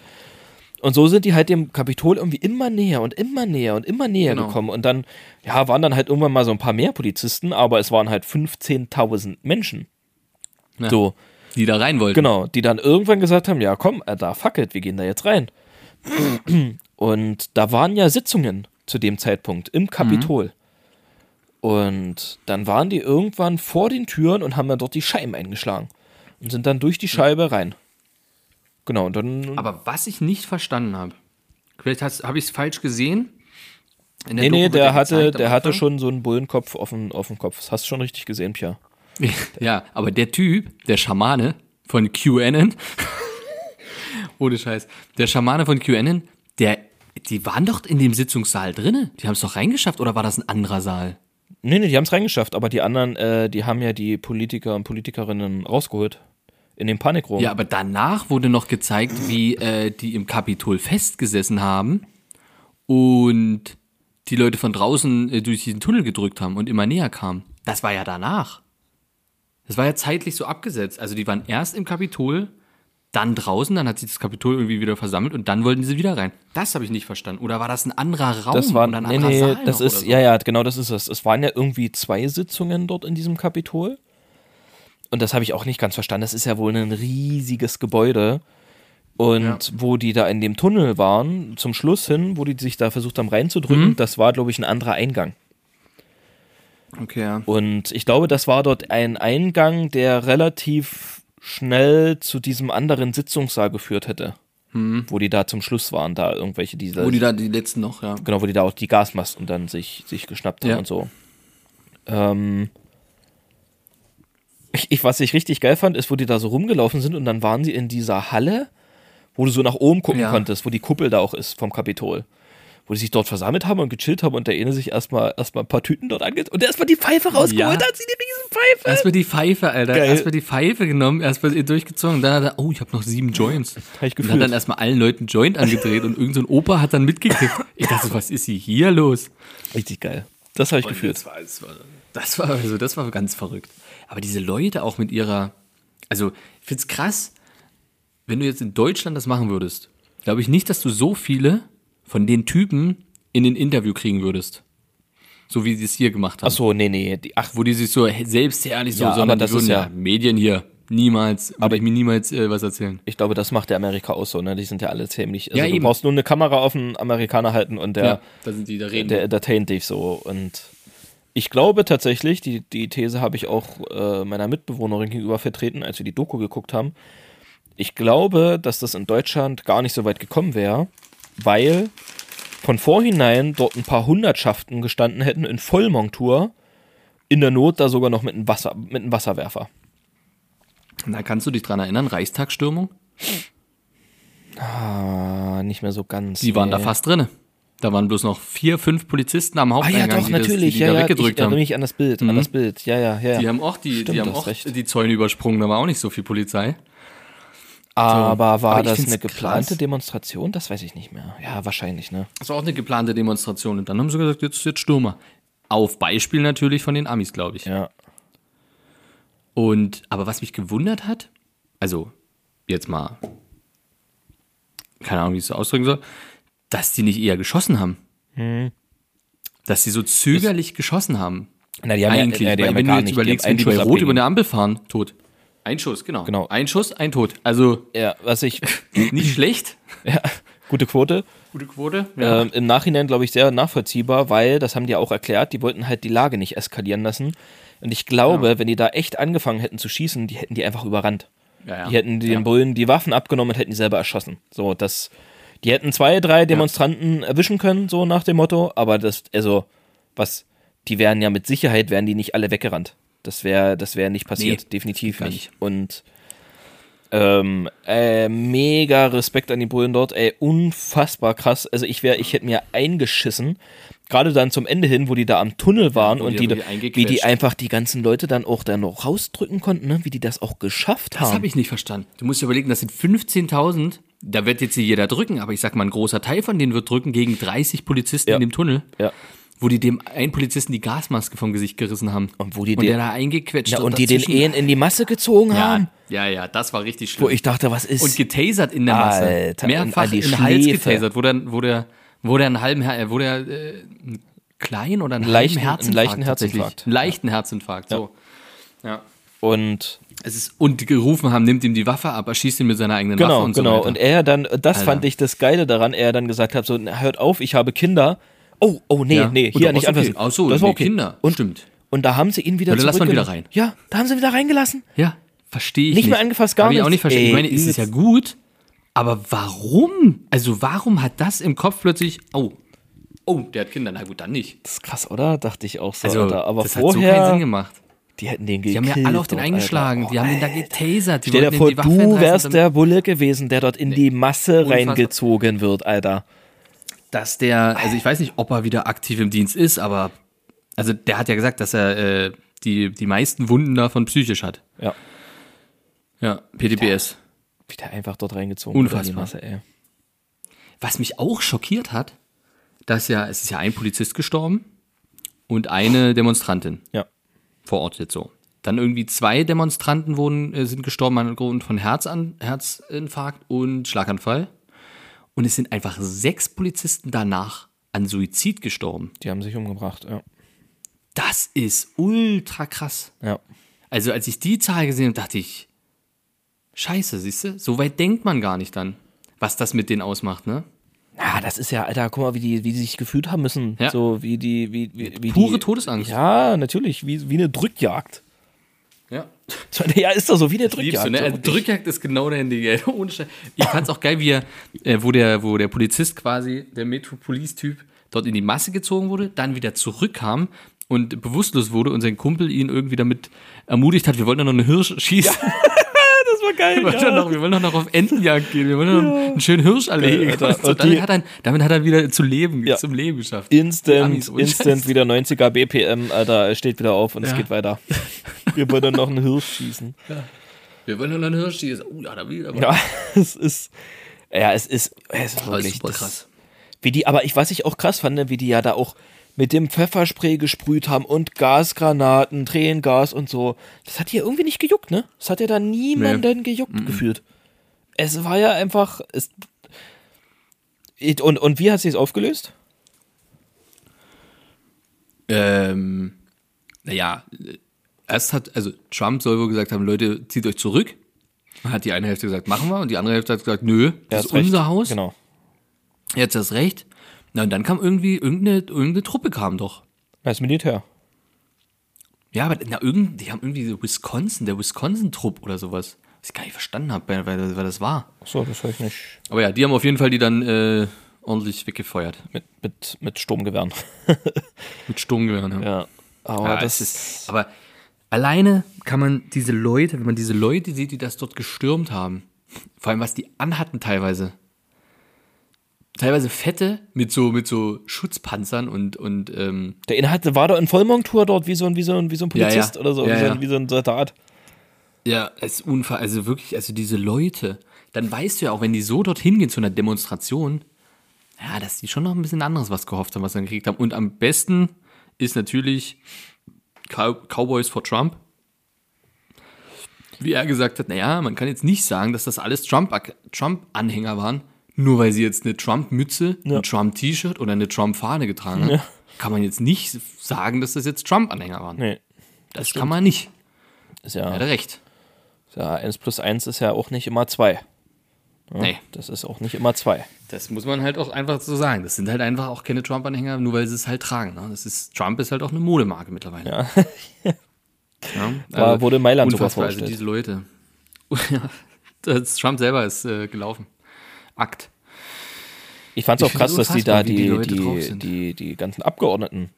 D: Und so sind die halt dem Kapitol irgendwie immer näher und immer näher und immer näher
C: Genau.
D: gekommen. Und dann, ja, waren dann halt irgendwann mal so ein paar mehr Polizisten, aber es waren halt 15.000 Menschen.
C: Ja.
D: So,
C: Die da rein wollten.
D: genau, die dann irgendwann gesagt haben, ja komm, äh, da fuck it, wir gehen da jetzt rein. Und da waren ja Sitzungen zu dem Zeitpunkt im Kapitol. Und dann waren die irgendwann vor den Türen und haben dann dort die Scheiben eingeschlagen und sind dann durch die Scheibe rein. Genau, und dann
C: Aber was ich nicht verstanden habe, vielleicht habe ich es falsch gesehen. In
D: Nee,
C: Doku
D: nee,
C: wird
D: der
C: ja
D: hatte,
C: gezeigt am
D: der hatte
C: Anfang.
D: schon so einen Bullenkopf auf dem, auf dem Kopf. Das hast du schon richtig gesehen, Pia.
C: Ja, aber der Typ, der Schamane von QAnon, ohne Scheiß, der Schamane von QAnon, der, die waren doch in dem Sitzungssaal drinne. Die haben es doch reingeschafft oder war das ein anderer Saal?
D: Nee, nee, die haben es reingeschafft, aber die anderen, äh, die haben ja die Politiker und Politikerinnen rausgeholt. In den Panikroom.
C: Ja, aber danach wurde noch gezeigt, wie äh, die im Kapitol festgesessen haben und die Leute von draußen äh, durch diesen Tunnel gedrückt haben und immer näher kamen. Das war ja danach. Das war ja zeitlich so abgesetzt. Also die waren erst im Kapitol, dann draußen, dann hat sich das Kapitol irgendwie wieder versammelt und dann wollten sie wieder rein. Das habe ich nicht verstanden. Oder war das ein anderer Raum
D: Das war,
C: oder ein
D: nee,
C: anderer
D: nee,
C: Saal
D: das
C: noch
D: ist,
C: oder so?
D: ja, ja, genau, das ist es. Es waren ja irgendwie zwei Sitzungen dort in diesem Kapitol. Und das habe ich auch nicht ganz verstanden. Das ist ja wohl ein riesiges Gebäude. Und wo die da in dem Tunnel waren, zum Schluss hin, wo die sich da versucht haben reinzudrücken,
C: Mhm.
D: das war, glaube ich, ein anderer Eingang.
C: Okay, ja.
D: Und ich glaube, das war dort ein Eingang, der relativ schnell zu diesem anderen Sitzungssaal geführt hätte. Wo die da zum Schluss waren, da irgendwelche, die da
C: Mhm. Wo die da die letzten noch, ja.
D: genau, wo die da auch die Gasmasken dann sich, sich geschnappt haben
C: Ja.
D: und so. Ähm, ich, ich, was ich richtig geil fand, ist, wo die da so rumgelaufen sind und dann waren sie in dieser Halle, wo du so nach oben gucken
C: Ja.
D: konntest, wo die Kuppel da auch ist vom Kapitol. Wo die sich dort versammelt haben und gechillt haben und der eine sich erstmal erstmal ein paar Tüten dort angeht und der erstmal die Pfeife rausgeholt hat, sie die Riesenpfeife.
C: Erstmal die Pfeife, Alter.
D: Geil.
C: Erstmal die Pfeife genommen, erstmal ihr durchgezogen. Dann hat er, oh, ich habe noch sieben Joints.
D: Hab ich
C: und
D: gefühlt.
C: hat dann erstmal allen Leuten Joint angedreht und irgendein so ein Opa hat dann mitgekriegt. Ich dachte, so, was ist hier, hier los?
D: Richtig geil. Das habe ich gefühlt.
C: Das war, das war, das war, also, das war ganz verrückt. Aber diese Leute auch mit ihrer, also ich find's krass, wenn du jetzt in Deutschland das machen würdest, glaube ich nicht, dass du so viele von den Typen in ein Interview kriegen würdest. So wie sie es hier gemacht haben
D: Achso, nee, nee. Die, ach,
C: wo die sich so selbstherrlich so,
D: Ja,
C: sondern
D: aber das
C: die würden,
D: ist ja-
C: Medien hier niemals, aber ich mir niemals äh, was erzählen.
D: Ich glaube, das macht der Amerika auch so, ne? Die sind ja alle ziemlich. Also
C: Ja,
D: du
C: eben.
D: brauchst nur eine Kamera auf einen Amerikaner halten und der,
C: da sind die, da reden.
D: der entertaint dich so. Und ich glaube tatsächlich, die, die These habe ich auch äh, meiner Mitbewohnerin gegenüber vertreten, als wir die Doku geguckt haben. Ich glaube, dass das in Deutschland gar nicht so weit gekommen wäre, weil von vorhinein dort ein paar Hundertschaften gestanden hätten in Vollmontur, in der Not da sogar noch mit einem, Wasser, mit einem Wasserwerfer.
C: Da kannst du dich dran erinnern, Reichstagsstürmung?
D: Ah, nicht mehr so ganz.
C: Die waren
D: nee.
C: da fast drinne. Da waren bloß noch vier, fünf Polizisten am
D: Ah ja,
C: Haupteingang,
D: doch,
C: die, das, die,
D: natürlich.
C: die
D: ja,
C: da
D: ja, ich
C: weggedrückt
D: erinnere
C: haben.
D: mich an das Bild, an das Bild. Ja, ja, ja.
C: Die haben auch, die,
D: Stimmt,
C: die, haben
D: du hast
C: auch
D: recht.
C: die Zäune übersprungen, da war auch nicht so viel Polizei.
D: Aber war
C: Aber ich
D: das
C: find's
D: eine geplante
C: krass.
D: Demonstration? Das weiß ich nicht mehr. Ja, wahrscheinlich, ne?
C: Das war auch eine geplante Demonstration. Und dann haben sie gesagt, jetzt ist jetzt Stürmer. Auf Beispiel natürlich von den Amis, glaube ich.
D: Ja.
C: Und, aber was mich gewundert hat, also jetzt mal, keine Ahnung, wie ich es ausdrücken soll, dass die nicht eher geschossen haben.
D: Mhm.
C: Dass sie so zögerlich geschossen haben.
D: Na, die haben ja-
C: Eigentlich,
D: na, die
C: weil
D: haben ja
C: wenn
D: gar
C: du jetzt
D: nicht, die
C: überlegst,
D: haben
C: wenn
D: einen
C: die bei
D: Schuss
C: Rot
D: abgegeben.
C: über eine Ampel fahren, tot. Ein Schuss, genau.
D: Genau.
C: Ein Schuss, ein Tod. Also
D: Ja, was ich.
C: nicht schlecht.
D: ja, gute Quote.
C: Gute Quote.
D: Ähm, Im Nachhinein, glaube ich, sehr nachvollziehbar, weil das haben die auch erklärt, die wollten halt die Lage nicht eskalieren lassen. Und ich glaube, wenn die da echt angefangen hätten zu schießen, die hätten die einfach überrannt.
C: Ja, ja.
D: Die hätten den
C: Ja.
D: Bullen die Waffen abgenommen und hätten die selber erschossen. So, das, die hätten zwei, drei Demonstranten erwischen können, so nach dem Motto, aber das, also, was, die wären ja mit Sicherheit, wären die nicht alle weggerannt. Das wäre, das wäre nicht passiert,
C: Nee,
D: definitiv
C: gar
D: nicht. Und ähm, äh, mega Respekt an die Bullen dort, ey, unfassbar krass. Also ich wäre, ich hätte mir eingeschissen. Gerade dann zum Ende hin, wo die da am Tunnel waren
C: wo
D: und
C: die-
D: die,
C: wo die
D: wie die
C: eingequetscht.
D: einfach die ganzen Leute dann auch da noch rausdrücken konnten, ne? wie die das auch geschafft
C: Das
D: haben.
C: habe ich nicht verstanden. Du musst dir überlegen, das sind 15.000. Da wird jetzt nicht jeder drücken, aber ich sag mal, ein großer Teil von denen wird drücken gegen 30 Polizisten
D: Ja.
C: in dem Tunnel,
D: Ja.
C: wo die dem einen Polizisten die Gasmaske vom Gesicht gerissen haben.
D: Und wo die
C: und der
D: den-
C: da eingequetscht
D: Ja,
C: hat
D: und die den
C: dazwischen.
D: Ehen in die Masse gezogen
C: ja,
D: haben.
C: ja, ja, das war richtig schlimm.
D: Wo ich dachte, was ist.
C: und getasert in der Masse.
D: Alter,
C: Mehrfach
D: an die
C: in den Hals
D: Schläfe.
C: getasert, wo der, wo der, wo der einen halben, Her- äh, wo der, äh, einen kleinen oder einen
D: Leichten-
C: halben Herzinfarkt.
D: einen leichten
C: tatsächlich.
D: Herzinfarkt.
C: Einen leichten Herzinfarkt, so. Ja.
D: Und
C: Es ist, und gerufen haben, nimmt ihm die Waffe ab, erschießt ihn mit seiner eigenen Waffe
D: genau,
C: und
D: genau.
C: so weiter.
D: und er dann, das
C: Alter.
D: fand ich das Geile daran, er dann gesagt hat: so, na, hört auf, ich habe Kinder. Oh, oh, nee,
C: Ja.
D: nee,
C: Und
D: hier
C: auch
D: nicht
C: ist okay.
D: anfassen.
C: Ach so,
D: das war
C: nee,
D: okay.
C: Kinder.
D: Und,
C: Stimmt.
D: Und da haben sie ihn wieder
C: Ja, dann lass mal
D: zurückgelassen.
C: wieder rein.
D: Ja, da haben sie wieder reingelassen.
C: Ja, verstehe ich
D: Nicht
C: nicht.
D: mehr angefasst, gar
C: Hab ich auch
D: nichts.
C: nicht verstanden. Ich
D: Ey,
C: meine, es ist ja gut, aber warum? Also warum hat das im Kopf plötzlich, oh, oh, der hat Kinder, na gut, dann nicht.
D: Das ist krass, oder? Dachte ich auch so.
C: Also
D: Alter. Aber
C: das
D: vorher,
C: hat so keinen Sinn gemacht.
D: die hätten den
C: Die haben ja alle auf den eingeschlagen, die haben den da getasert. Die
D: Oh, Stell
C: wollten
D: dir vor,
C: ihm die Waffe
D: du
C: entreißen
D: wärst
C: und
D: der Bulle gewesen, der dort in die Masse
C: Unfassbar.
D: reingezogen wird, Alter.
C: dass der, also ich weiß nicht, ob er wieder aktiv im Dienst ist, aber also der hat ja gesagt, dass er äh, die, die meisten Wunden davon psychisch hat.
D: Ja.
C: Ja, PTBS.
D: Wie der einfach dort reingezogen wird. in die
C: Unfassbar.
D: Masse, ey.
C: Was mich auch schockiert hat, dass ja, es ist ja ein Polizist gestorben und eine Demonstrantin
D: Ja.
C: vor Ort jetzt so. Dann irgendwie zwei Demonstranten wurden, äh, sind gestorben aufgrund von Herzan Herzinfarkt und Schlaganfall. Und es sind einfach sechs Polizisten danach an Suizid gestorben.
D: Die haben sich umgebracht, ja.
C: Das ist ultra krass.
D: Ja.
C: Also als ich die Zahl gesehen habe, dachte ich, scheiße, siehst du, so weit denkt man gar nicht dann, was das mit denen ausmacht, ne?
D: Na, Ah, das ist ja, Alter, guck mal, wie die, wie die sich gefühlt haben müssen.
C: Ja.
D: So, wie die, wie, wie, wie
C: Pure
D: die,
C: Todesangst.
D: Ja, natürlich, wie, wie eine Drückjagd.
C: Ja.
D: So, Ja, ist doch so, wie eine Drückjagd.
C: Liebst du, ne?
D: so.
C: Also Drückjagd ist genau der Handy. Ohne Scheiß. Ich fand's auch geil, wie er, äh, wo, der, wo der Polizist quasi, der Metropolis-Typ, dort in die Masse gezogen wurde, dann wieder zurückkam und bewusstlos wurde und sein Kumpel ihn irgendwie damit ermutigt hat, wir wollen doch noch einen Hirsch schießen.
D: das war
C: Wir
D: geil,
C: wollen, doch noch, wir wollen doch noch auf Entenjagd gehen. Wir wollen doch noch einen schönen Hirsch
D: Geil,
C: erlegen.
D: Alter.
C: Und so,
D: Und die-
C: damit, hat er, damit hat er wieder zu leben,
D: Ja.
C: zum Leben geschafft. Die
D: Instant,
C: Amis, oh, ohne
D: instant
C: Scheiß.
D: wieder 90er BPM, Alter, er steht wieder auf und es
C: Ja.
D: geht weiter. Wir wollen dann noch einen Hirsch schießen.
C: Wir wollen doch noch einen Hirsch schießen. Oh ja, da will ich aber.
D: Ja, es ist, ja, es ist, es ist
C: Aber das
D: wirklich
C: ist voll
D: das-
C: krass.
D: Wie die, aber ich, was ich auch krass fand, ne, wie die ja da auch mit dem Pfefferspray gesprüht haben und Gasgranaten, Tränengas und so. Das hat hier irgendwie nicht gejuckt, ne? Das hat ja da niemanden gejuckt gefühlt. Es war ja einfach, es, und, und wie hat sie es aufgelöst?
C: Ähm, naja, äh, erst hat, also Trump soll wohl gesagt haben, Leute, zieht euch zurück. Dann Hat die eine Hälfte gesagt, machen wir, und die andere Hälfte hat gesagt, nö,
D: Er
C: das
D: hat
C: ist
D: recht.
C: unser Haus,
D: Genau.
C: er hat das Recht. Na, und dann kam irgendwie, irgendeine, irgendeine Truppe kam doch.
D: Das Militär.
C: Ja, aber na, irgend, die haben irgendwie so Wisconsin, der Wisconsin-Trupp oder sowas. Was ich gar nicht verstanden habe, weil, weil, weil das war.
D: Achso, das höre ich nicht.
C: Aber ja, die haben auf jeden Fall die dann äh, ordentlich weggefeuert.
D: Mit, mit, mit Sturmgewehren.
C: Mit Sturmgewehren. Ja.
D: ja. Aber
C: Ja,
D: Oh, das
C: es ist, aber alleine kann man diese Leute, wenn man diese Leute sieht, die das dort gestürmt haben, vor allem was die anhatten teilweise. Teilweise Fette mit so, mit so Schutzpanzern und, und ähm,
D: Der Inhalt war da in Vollmontur dort wie so ein, wie so ein, wie so ein
C: Ja, ja.
D: Polizist oder so,
C: Ja,
D: wie, so
C: ja.
D: ein, wie so ein Soldat.
C: Ja, es ist unfair. Also wirklich, also diese Leute, dann weißt du ja auch, wenn die so dorthin gehen zu einer Demonstration, ja, dass die schon noch ein bisschen anderes was gehofft haben, was sie dann gekriegt haben. Und am besten ist natürlich Cow Cowboys for Trump. Wie er gesagt hat, naja, man kann jetzt nicht sagen, dass das alles Trump- Trump-Anhänger waren, nur weil sie jetzt eine Trump-Mütze, ein Trump-T-Shirt oder eine Trump-Fahne getragen haben. Kann man jetzt nicht sagen, dass das jetzt Trump-Anhänger waren.
D: Nee.
C: das kann man nicht.
D: Ist
C: Er
D: ja,
C: hat recht.
D: ja, 1 plus 1 ist ja auch nicht immer 2.
C: Nee.
D: Das ist auch nicht immer 2.
C: Das muss man halt auch einfach so sagen. Das sind halt einfach auch keine Trump-Anhänger, nur weil sie es halt tragen. Ne? Das ist, Trump ist halt auch eine Modemarke mittlerweile. Ja.
D: War- wurde in Mailand sogar
C: unfassbar, Also
D: vorgestellt.
C: diese Leute. Ja, das, Trump selber ist äh, gelaufen. Akt.
D: Ich fand's
C: Ich
D: auch krass,
C: find's
D: dass die da
C: unfassbar, wie die
D: die,
C: Leute drauf
D: die,
C: sind.
D: die, die ganzen Abgeordneten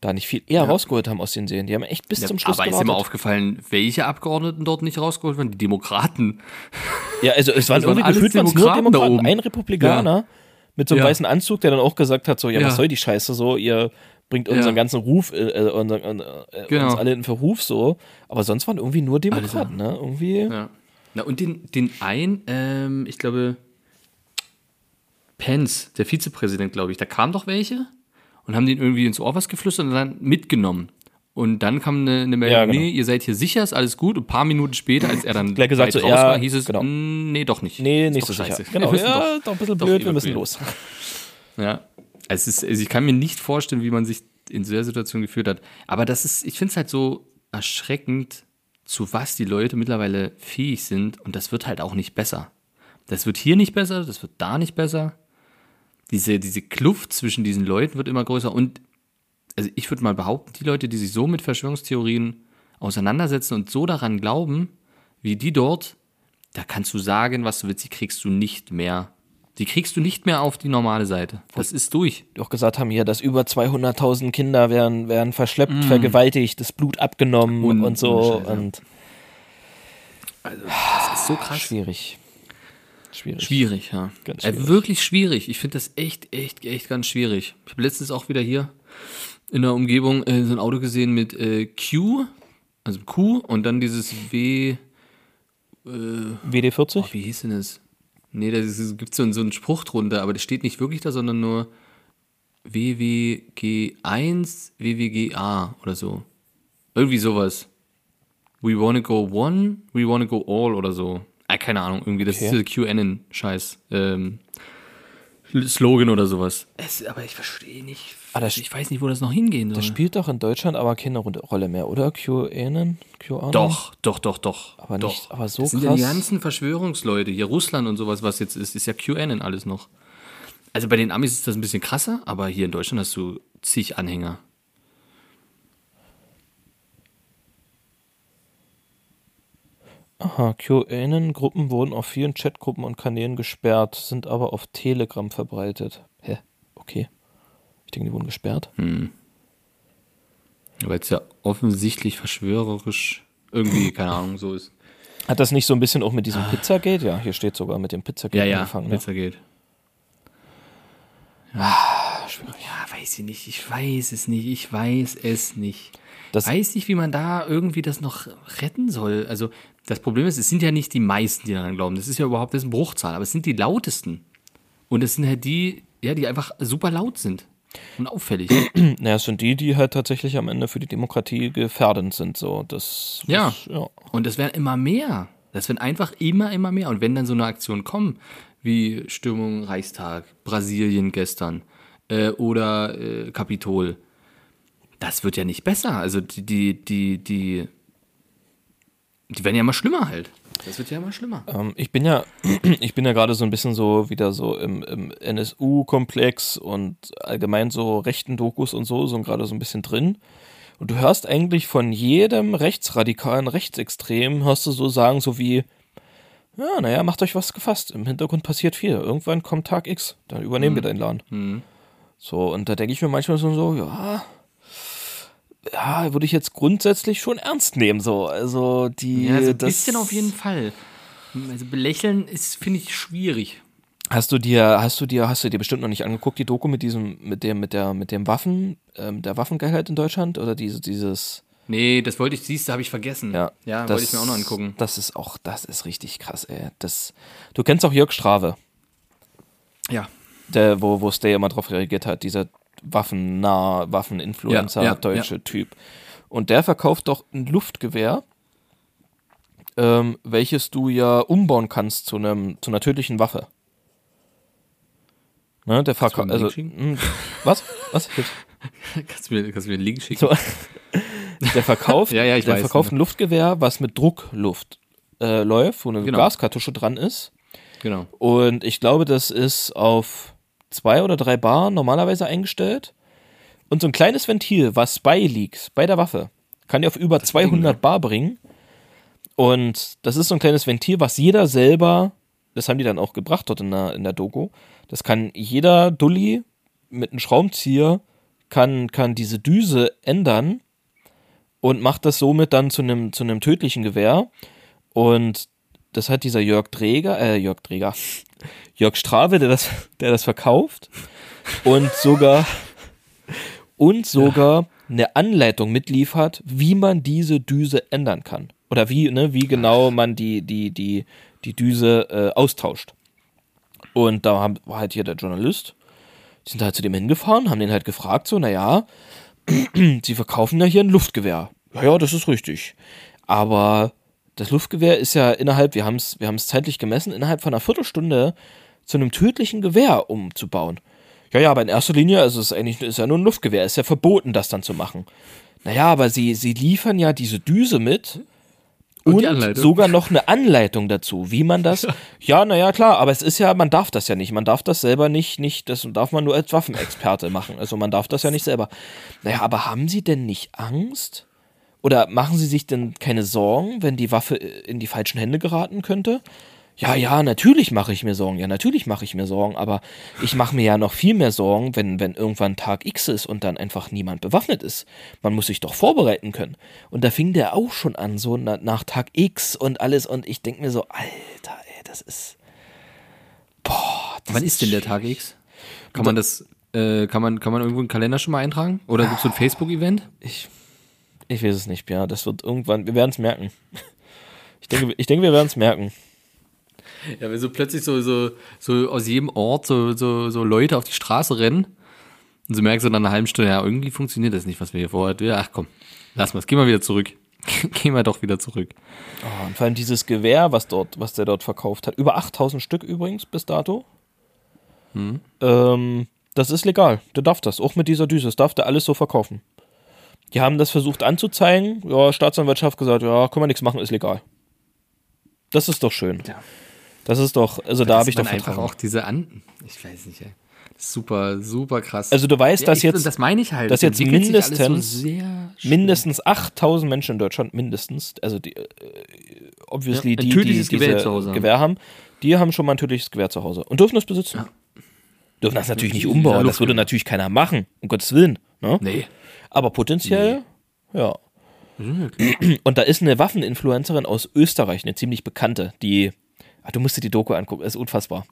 D: da nicht viel eher rausgeholt haben aus den Serien. Die haben echt bis zum Schluss
C: Aber ist
D: gewartet.
C: immer aufgefallen, welche Abgeordneten dort nicht rausgeholt wurden? Die Demokraten.
D: Ja, also es waren
C: Das waren
D: irgendwie
C: alles
D: gefühlt waren's nur
C: Demokraten da
D: Demokraten,
C: oben.
D: ein Republikaner mit so einem
C: Ja.
D: weißen Anzug, der dann auch gesagt hat, so, ja,
C: Ja.
D: was soll die Scheiße so, ihr bringt
C: Ja.
D: unseren ganzen Ruf, äh, äh, unseren, äh,
C: Genau.
D: uns alle in Verruf so. Aber sonst waren irgendwie nur Demokraten, ne? Irgendwie.
C: Ja. Na, und den, den einen, ähm, ich glaube, Pence, der Vizepräsident, glaube ich, da kamen doch welche und haben den irgendwie ins Ohr was geflüstert und dann mitgenommen. Und dann kam eine, eine Meldung,
D: Ja, genau.
C: nee, ihr seid hier sicher, ist alles gut. Und ein paar Minuten später, als er dann
D: Gleich gesagt
C: weit
D: so, ja,
C: hieß es,
D: genau.
C: "Mm, nee, doch nicht.
D: Nee,
C: Ist
D: nicht so
C: doch
D: sicher.
C: scheiße.
D: Genau,
C: Wir wissen
D: ja,
C: doch.
D: doch ein bisschen blöd, wir müssen
C: evakuieren.
D: los.
C: Ja. Es ist, also ich kann mir nicht vorstellen, wie man sich in so einer Situation geführt hat. Aber das ist, ich finde es halt so erschreckend, zu was die Leute mittlerweile fähig sind. Und das wird halt auch nicht besser. Das wird hier nicht besser, das wird da nicht besser. Diese, diese Kluft zwischen diesen Leuten wird immer größer. Und also ich würde mal behaupten, die Leute, die sich so mit Verschwörungstheorien auseinandersetzen und so daran glauben, wie die dort, da kannst du sagen, was du willst, die kriegst du nicht mehr. Die kriegst du nicht mehr auf die normale Seite. Das ist durch.
D: Die auch gesagt haben hier, dass über 200.000 Kinder werden, werden verschleppt, vergewaltigt, das Blut abgenommen und,
C: Mm. Un-
D: so.
C: Scheiße.
D: Und
C: Das ist so krass.
D: schwierig. Schwierig.
C: Schwierig, ja.
D: Ganz
C: Äh,
D: schwierig.
C: wirklich schwierig. Ich finde das echt, echt, echt ganz schwierig. Ich habe letztens auch wieder hier in der Umgebung äh, so ein Auto gesehen mit äh, Q, also Q und dann dieses W.
D: WD40?
C: Oh, wie hieß denn das? Nee, da gibt so es so einen Spruch drunter, aber das steht nicht wirklich da, sondern nur WWG1, WWGA oder so. Irgendwie sowas. We wanna go one, we wanna go all oder so. Ah, keine Ahnung, irgendwie. Das
D: Okay.
C: ist dieser QAnon-Scheiß. Ähm, Slogan oder sowas. Es, aber ich verstehe nicht.
D: Ah, das-
C: ich weiß nicht, wo das noch hingehen soll.
D: Das spielt doch in Deutschland aber keine Runde- Rolle mehr, oder? QAnon? QAnon?
C: Doch, doch, doch, doch.
D: Aber
C: doch.
D: nicht- aber so
C: das sind ja die
D: krass.
C: ganzen Verschwörungsleute, hier Russland und sowas, was jetzt ist, ist ja QAnon alles noch. Also bei den Amis ist das ein bisschen krasser, aber hier in Deutschland hast du zig Anhänger.
D: Aha, QAnon-Gruppen wurden auf vielen Chatgruppen und Kanälen gesperrt, sind aber auf Telegram verbreitet. Hä? Okay. Ich denke, die wurden gesperrt.
C: Hm. Weil es ja offensichtlich verschwörerisch irgendwie, keine Ahnung, so ist.
D: Hat das nicht so ein bisschen auch mit diesem Pizzagate? Ja, hier steht sogar mit dem Pizzagate
C: Ah. Ja, ja,
D: angefangen. Ne?
C: Pizza geht.
D: Ah,
C: Ja. ja, weiß ich nicht, ich weiß es nicht, ich weiß es nicht.
D: Das-
C: weiß nicht, wie man da irgendwie das noch retten soll. Also das Problem ist, es sind ja nicht die meisten, die daran glauben. Das ist ja überhaupt das ist eine Bruchzahl, aber es sind die lautesten. Und es sind halt die, ja, die einfach super laut sind und auffällig.
D: Naja, es sind die, die halt tatsächlich am Ende für die Demokratie gefährdend sind. So, das
C: Ja.
D: das- ja.
C: Und das werden immer mehr. Das werden einfach immer, immer mehr. Und wenn dann so eine Aktion kommen, wie Stürmung Reichstag, Brasilien gestern äh, oder äh, Kapitol, das wird ja nicht besser. Also die, die, die, die, die werden ja immer schlimmer halt. Das wird ja immer schlimmer.
D: Ähm, ich bin ja, ich bin ja gerade so ein bisschen so wieder so im, im NSU-Komplex und allgemein so rechten Dokus und so, so gerade so ein bisschen drin. Und du hörst eigentlich von jedem rechtsradikalen Rechtsextremen, hörst du so sagen, so wie, Ja, naja, macht euch was gefasst. Im Hintergrund passiert viel. Irgendwann kommt Tag X, dann übernehmen
C: Hm.
D: wir den Laden. So, und da denke ich mir manchmal so, so ja, ja, würde ich jetzt grundsätzlich schon ernst nehmen, so. Also, die.
C: Ja, so ein
D: das-
C: bisschen auf jeden Fall. Also belächeln ist, finde ich, schwierig.
D: Hast du dir, hast du dir, hast du dir bestimmt noch nicht angeguckt, die Doku mit diesem, mit dem, mit der, mit dem Waffen, ähm, der Waffengeilheit in Deutschland oder diese, dieses,
C: Nee, das wollte ich, siehst du, habe ich vergessen.
D: ja.
C: ja
D: das-
C: wollte ich mir auch noch angucken.
D: Das ist auch, das ist richtig krass, ey. Das, du kennst auch Jörg Strave,
C: Ja.
D: der, wo, wo Stay immer drauf reagiert hat, dieser waffennah, Waffeninfluencer,
C: Ja, ja,
D: deutsche Typ. Und der verkauft doch ein Luftgewehr, ähm, welches du ja umbauen kannst zu einem, zu einer tödlichen Waffe. Ne, der verkauft,
C: einen
D: also,
C: Link
D: mh, was? Was?
C: Kannst du mir, kannst du mir einen Link schicken?
D: So, der verkauft,
C: Ja, ja, ich
D: der
C: weiß,
D: verkauft
C: ne.
D: ein Luftgewehr, was mit Druckluft äh, läuft, wo eine
C: Genau.
D: Gaskartusche dran ist.
C: Genau.
D: Und ich glaube, das ist auf zwei oder drei Bar normalerweise eingestellt. Und so ein kleines Ventil, was beiliegt, bei der Waffe, kann die auf über 200 Bar bringen. Und das ist so ein kleines Ventil, was jeder selber, das haben die dann auch gebracht dort in der, in der Doku, das kann jeder Dulli mit einem Schraubenzieher, kann, kann diese Düse ändern und macht das somit dann zu einem, zu einem tödlichen Gewehr. Und das hat dieser Jörg Dreger, äh, Jörg Dreger, Jörg Strave, der das, der das verkauft und sogar, und sogar eine Anleitung mitliefert, wie man diese Düse ändern kann. Oder wie, ne, wie genau man die, die, die, die Düse äh, austauscht. Und da haben, war halt hier der Journalist, die sind halt zu dem hingefahren, haben den halt gefragt, so, naja, sie verkaufen ja hier ein Luftgewehr. Ja, ja, das ist richtig. Aber das Luftgewehr ist ja innerhalb, wir haben es wir haben's zeitlich gemessen, innerhalb von einer Viertelstunde zu einem tödlichen Gewehr umzubauen. Ja, ja, aber in erster Linie also es ist eigentlich ist ja nur ein Luftgewehr, ist ja verboten, das dann zu machen. Naja, aber sie, sie liefern ja diese Düse mit
C: Und
D: und,
C: die Anleitung.
D: sogar noch eine Anleitung dazu, wie man das. ja, naja, klar, aber es ist ja, man darf das ja nicht. Man darf das selber nicht, nicht, das darf man nur als Waffenexperte machen. Also man darf das ja nicht selber. Naja, aber haben Sie denn nicht Angst? Oder machen Sie sich denn keine Sorgen, wenn die Waffe äh, in die falschen Hände geraten könnte? Ja, ja, natürlich mache ich mir Sorgen. Ja, natürlich mache ich mir Sorgen, aber ich mache mir ja noch viel mehr Sorgen, wenn, wenn irgendwann Tag X ist und dann einfach niemand bewaffnet ist. Man muss sich doch vorbereiten können. Und da fing der auch schon an, so na, nach Tag X und alles. Und ich denke mir so, Alter, ey, das ist. Boah, das
C: Wann ist denn der Tag X? Kann man das, äh, kann man, kann man irgendwo einen Kalender schon mal eintragen? Oder gibt es so ein Facebook-Event?
D: Ich, ich weiß es nicht, Björn. Das wird irgendwann, wir werden es merken. Ich denke, ich denke wir werden es merken.
C: Ja, wenn so plötzlich so, so, so aus jedem Ort so, so, so Leute auf die Straße rennen und so merkst du nach einer halben Stunde, ja, irgendwie funktioniert das nicht, was wir hier vorhat. Ja, ach komm, lass mal, geh mal wieder zurück. geh mal doch wieder zurück.
D: Oh, und vor allem dieses Gewehr, was, dort, was der dort verkauft hat, über 8000 Stück übrigens bis dato. Ähm, das ist legal. Der darf das. Auch mit dieser Düse. Das darf der alles so verkaufen. Die haben das versucht anzuzeigen. Ja, Staatsanwaltschaft gesagt, ja, können wir nichts machen, ist legal. Das ist doch schön. Das ist doch, also da
C: Dass
D: habe ich
C: man
D: doch
C: einfach
D: Vertrauen.
C: auch diese an. Ich weiß nicht, ey. Super, super krass.
D: Also du weißt, dass
C: ich,
D: jetzt-
C: und das meine ich halt.
D: dass
C: es
D: jetzt
C: entwickelt sich alles
D: mindestens-
C: so sehr
D: mindestens 8000 Menschen in Deutschland, mindestens, also die, äh, obviously
C: Ja, ein
D: die, die
C: tödliches
D: diese
C: Gewehr zu Hause haben.
D: Gewehr haben, die haben schon mal ein tödliches Gewehr zu Hause und dürfen es besitzen. Dürfen das natürlich nicht
C: Ja,
D: umbauen, das
C: Luftgewehr.
D: würde natürlich keiner machen, um Gottes Willen. Ne?
C: Nee.
D: Aber potenziell, ja. Und da ist eine Waffeninfluencerin aus Österreich, eine ziemlich bekannte, die, ah, du musst dir die Doku angucken, ist unfassbar,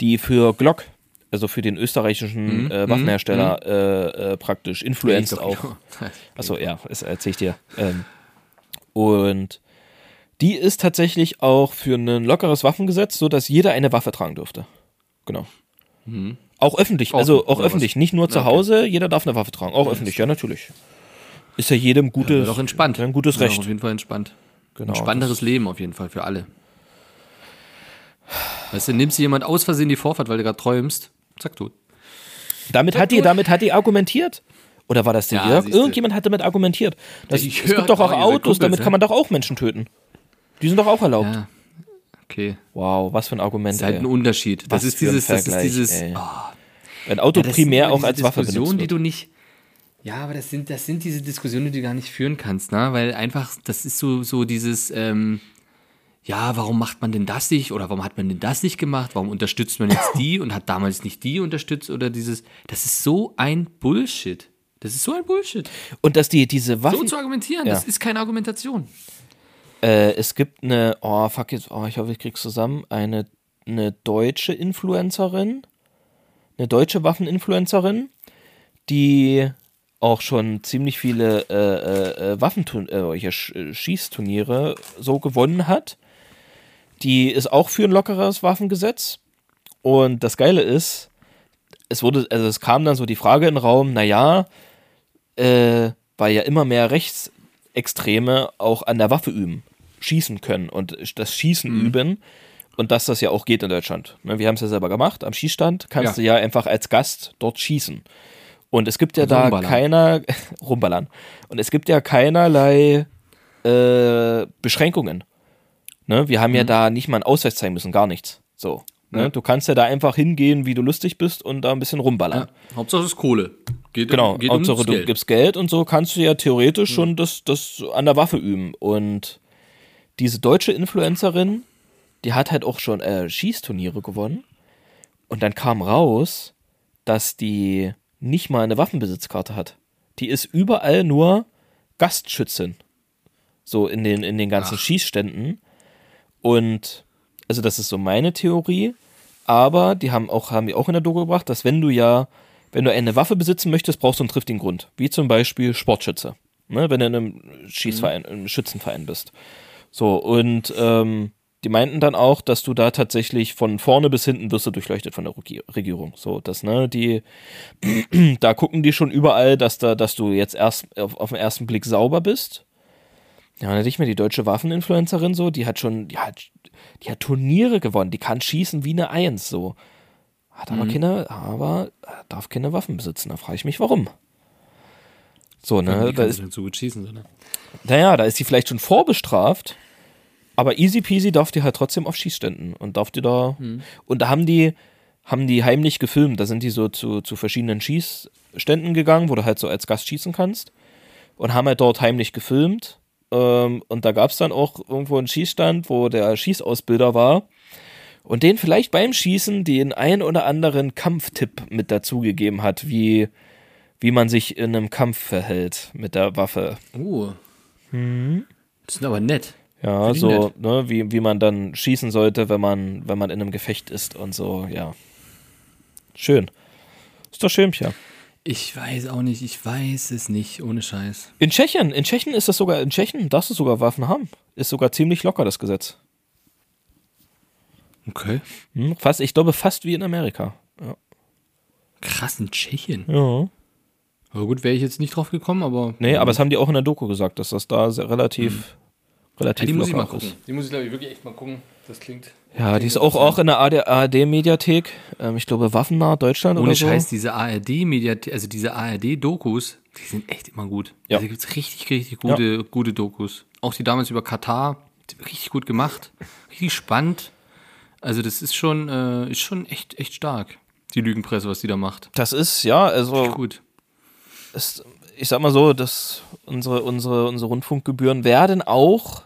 D: die für Glock, also für den österreichischen äh, Waffenhersteller äh, äh, praktisch influenzt auch. Achso, ja, das erzähl ich dir. Ähm, und die ist tatsächlich auch für ein lockeres Waffengesetz, sodass jeder eine Waffe tragen dürfte. Genau. Auch öffentlich, also auch
C: oder was?
D: öffentlich, nicht nur zu Hause, jeder darf eine Waffe tragen. Auch öffentlich, ja, natürlich. Ist ja jedem gutes,
C: Ist doch entspannt.
D: ein gutes
C: Ist doch
D: Recht.
C: Auf jeden Fall entspannt.
D: Genau,
C: ein spannenderes Leben auf jeden Fall für alle. Weißt du, nimmst dir jemand aus Versehen die Vorfahrt, weil du gerade träumst, zack, tot.
D: Damit hat die, damit hat die argumentiert. Oder war das der
C: Ja,
D: Jörg?
C: siehste.
D: Irgendjemand hat damit argumentiert. Das,
C: Der
D: es
C: Jörg,
D: gibt doch auch
C: oh, ihr seid
D: Autos,
C: Kumpels,
D: damit
C: ne?
D: kann man doch auch Menschen töten. Die sind doch auch erlaubt.
C: Ja. Okay.
D: Wow, was für ein Argument.
C: Das ist halt
D: ey.
C: ein Unterschied.
D: Was
C: Das ist
D: für ein
C: dieses, das ist
D: Vergleich,
C: dieses,
D: ey.
C: oh,
D: Ein Auto
C: das sind
D: primär
C: immer
D: auch
C: diese
D: als Waffe benutzt
C: Diskussionen, die
D: wird.
C: du nicht. Ja, aber das sind, das sind diese Diskussionen, die du gar nicht führen kannst, ne? Weil einfach, das ist so, so dieses, ähm, ja, warum macht man denn das nicht oder warum hat man denn das nicht gemacht? Warum unterstützt man jetzt die und hat damals nicht die unterstützt oder dieses, das ist so ein Bullshit. Das ist so ein Bullshit.
D: Und dass die diese
C: So
D: Waffen.
C: zu argumentieren,
D: Ja.
C: das ist keine Argumentation.
D: äh, es gibt eine, oh fuck jetzt, oh, ich hoffe, ich krieg's zusammen, eine, eine deutsche Influencerin, eine deutsche Waffeninfluencerin, die auch schon ziemlich viele äh, äh, äh, Waffentun äh, hier Sch äh, Schießturniere so gewonnen hat. Die ist auch für ein lockeres Waffengesetz. Und das Geile ist, es wurde, also es kam dann so die Frage in den Raum, naja, äh, weil ja immer mehr Rechtsextreme auch an der Waffe üben, schießen können und das Schießen üben und dass das ja auch geht in Deutschland. Ne, Wir haben es ja selber gemacht, am Schießstand kannst
C: Ja.
D: du ja einfach als Gast dort schießen. Und es gibt ja
C: Also
D: da
C: rumballern.
D: keiner, rumballern, und es gibt ja keinerlei äh, Beschränkungen. Ne? Wir haben ja da nicht mal einen Ausweis zeigen müssen, gar nichts. So.
C: Mhm.
D: Ne?
C: Ja.
D: Du kannst ja da einfach hingehen, wie du lustig bist und da ein bisschen rumballern.
C: Ja. Hauptsache es ist Kohle. Geht, um,
D: Genau,
C: geht
D: Hauptsache
C: ums
D: du
C: Geld. Hm.
D: gibst Geld und so kannst du ja theoretisch schon das, das an der Waffe üben. Und diese deutsche Influencerin, die hat halt auch schon äh, Schießturniere gewonnen. Und dann kam raus, dass die nicht mal eine Waffenbesitzkarte hat. Die ist überall nur Gastschützin. So in den, in den ganzen Schießständen. Und also das ist so meine Theorie. Aber die haben auch, haben die auch in der Doku gebracht, dass wenn du ja, wenn du eine Waffe besitzen möchtest, brauchst du einen triftigen Grund. Wie zum Beispiel Sportschütze. Ne, wenn du in einem Schießverein, im Schützenverein bist. So, und ähm, die meinten dann auch, dass du da tatsächlich von vorne bis hinten wirst du durchleuchtet von der Rugi- Regierung. So, dass, ne, die, da gucken die schon überall, dass da, dass du jetzt erst auf, auf den ersten Blick sauber bist. Ja, und nicht mehr die deutsche Waffeninfluencerin so, die hat schon, die hat, die hat Turniere gewonnen, die kann schießen wie eine Eins so. Hat aber keine, aber äh, darf keine Waffen besitzen. Da frage ich mich, warum. So, ne,
C: Ja,
D: da
C: da
D: ist,
C: ist so gut schießen, sondern.
D: naja, da ist die vielleicht schon vorbestraft, aber easy peasy darf die halt trotzdem auf Schießständen und darf die da. Und da haben die, haben die heimlich gefilmt. Da sind die so zu, zu verschiedenen Schießständen gegangen, wo du halt so als Gast schießen kannst. Und haben halt dort heimlich gefilmt. Ähm, und da gab es dann auch irgendwo einen Schießstand, wo der Schießausbilder war. Und den vielleicht beim Schießen den ein oder anderen Kampftipp mit dazugegeben hat, wie, wie man sich in einem Kampf verhält mit der Waffe.
C: Oh.
D: Mhm.
C: Das sind aber nett.
D: Ja,
C: Finde ich
D: so,
C: nett.
D: ne, wie, wie man dann schießen sollte, wenn man, wenn man in einem Gefecht ist und so, ja. Schön. Ist doch schön, Pia.
C: Ich weiß auch nicht, ich weiß es nicht, ohne Scheiß.
D: In Tschechien, in Tschechien ist das sogar, in Tschechien darfst du sogar Waffen haben. Ist sogar ziemlich locker, das Gesetz.
C: Okay.
D: Hm, fast, ich glaube, fast wie in Amerika.
C: Krass, in Tschechien.
D: Ja.
C: Aber gut, wäre ich jetzt nicht drauf gekommen, aber.
D: Nee, aber das haben die auch in der Doku gesagt, dass das da sehr, relativ, relativ
C: Hm. Ja, die muss ich
D: locker
C: mal
D: auch
C: gucken. Die muss ich, glaube ich, wirklich echt mal gucken. Das klingt.
D: ist. Ja, die ist auch, auch in der ARD-Mediathek. Ähm, ich glaube, Waffennah Deutschland
C: Ohne
D: oder so.
C: Scheiß, diese ARD-Mediathek, also diese ARD-Dokus, die sind echt immer gut.
D: Ja.
C: Also Da gibt es richtig, richtig gute, gute Dokus. Auch die damals über Katar, die sind richtig gut gemacht, richtig spannend. Also das ist schon, äh, ist schon echt, echt stark, die Lügenpresse, was die da macht.
D: Das ist, ja, also
C: Gut.
D: es, ich sag mal so, dass unsere, unsere, unsere Rundfunkgebühren werden auch,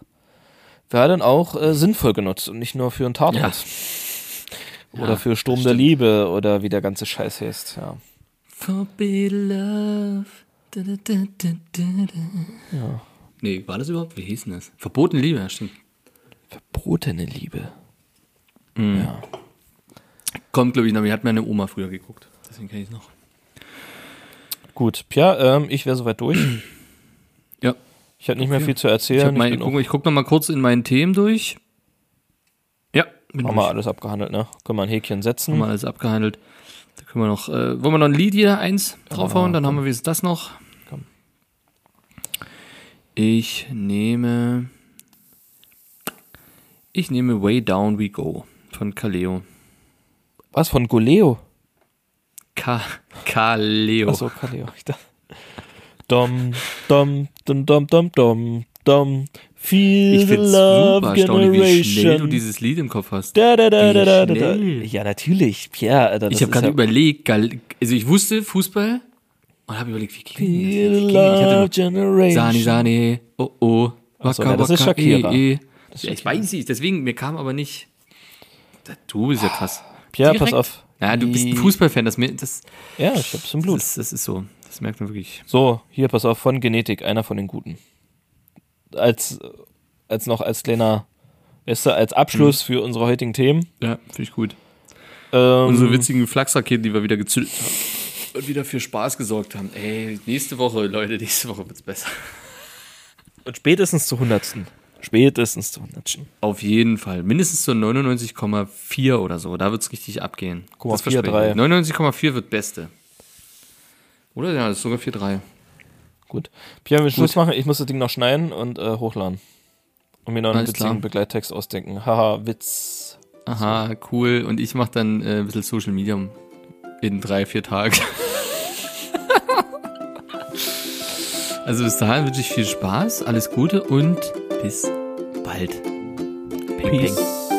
D: werden auch äh, sinnvoll genutzt und nicht nur für einen Tatort. Oder
C: Ja,
D: für Sturm der Liebe oder wie der ganze Scheiß heißt. Ja.
C: Forbidden Love. Da, da, da, da, da, da. Nee, war das überhaupt? Wie hieß denn das? Verbotene Liebe, ja, stimmt.
D: Verbotene Liebe.
C: Kommt, glaube ich, noch. Die hat meine Oma früher geguckt. Deswegen kenne ich es noch.
D: Gut, Pia, ähm, ich wäre soweit durch.
C: Ja.
D: Ich hatte nicht mehr viel zu
C: Ich, hab
D: erzählen.
C: mein,
D: ich
C: ich
D: bin auch-
C: guck, ich guck noch mal kurz in meinen Themen durch. Ja, bin
D: haben wir
C: durch.
D: alles abgehandelt, ne? Können wir ein Häkchen setzen.
C: Haben wir alles abgehandelt. Da können wir noch, äh, wollen wir noch ein Lied jeder eins draufhauen? Dann haben wir wenigstens das noch.
D: Komm.
C: Ich nehme, ich nehme Way Down We Go von Kaleo.
D: Was von Goleo?
C: Oh. Ka Kaleo.
D: Achso, Kaleo. Ich dachte. Dom, dom, dom, dom, dom, dom, dom. Feel
C: ich
D: the
C: finde es
D: Love
C: super erstaunlich,
D: Generation.
C: wie schnell du dieses Lied im Kopf hast.
D: Da, da, da,
C: Wie
D: da, da, da, da.
C: schnell.
D: Ja, natürlich. Pierre, Alter, das
C: Ich habe
D: ist
C: gerade
D: ja
C: überlegt, Gal also ich wusste Fußball und habe überlegt, wie ging denn das?
D: Feel
C: Wie ging das?
D: the
C: Ich hatte
D: Love
C: nur
D: Generation.
C: Sani, Sani, oh, oh, waka,
D: so, ja, das ist
C: waka,
D: Shakira.
C: eh, eh.
D: Das
C: Ja,
D: ist
C: ich weiß nicht, deswegen, mir kam aber nicht. Du bist ja krass.
D: Pierre,
C: Direkt-
D: pass auf.
C: Ja, du bist ein Fußballfan, das, mir- das,
D: Ja, ich hab's im Blut.
C: das, das ist so. Das merkt man wirklich.
D: So, hier, pass auf, von Genetik, einer von den Guten. Als, als noch als kleiner, weißt du, als Abschluss für unsere heutigen Themen.
C: Ja, finde ich gut.
D: Ähm,
C: Unsere witzigen Flachsraketen, die wir wieder gezündet haben. Und wieder für Spaß gesorgt haben. Ey, nächste Woche, Leute, nächste Woche wird's besser.
D: und spätestens zu Hundertsten. Spätestens zu Hundertsten.
C: Auf jeden Fall. Mindestens so 99,4 oder so. Da wird's richtig abgehen.
D: Guck mal,
C: Das verspreche ich.
D: 4,3.
C: 99,4 wird Beste. Oder? Ja, das ist sogar 4,3.
D: Gut. Pierre, wir Schluss machen. Ich muss das Ding noch schneiden und äh, hochladen. Und mir noch einen
C: Alles
D: witzigen
C: klar.
D: Begleittext ausdenken. Haha, Witz.
C: Aha, cool. Und ich mache dann äh, ein bisschen Social Media in drei, vier Tagen. also bis dahin wünsche ich viel Spaß, alles Gute und bis bald. Ping, ping.
D: Peace.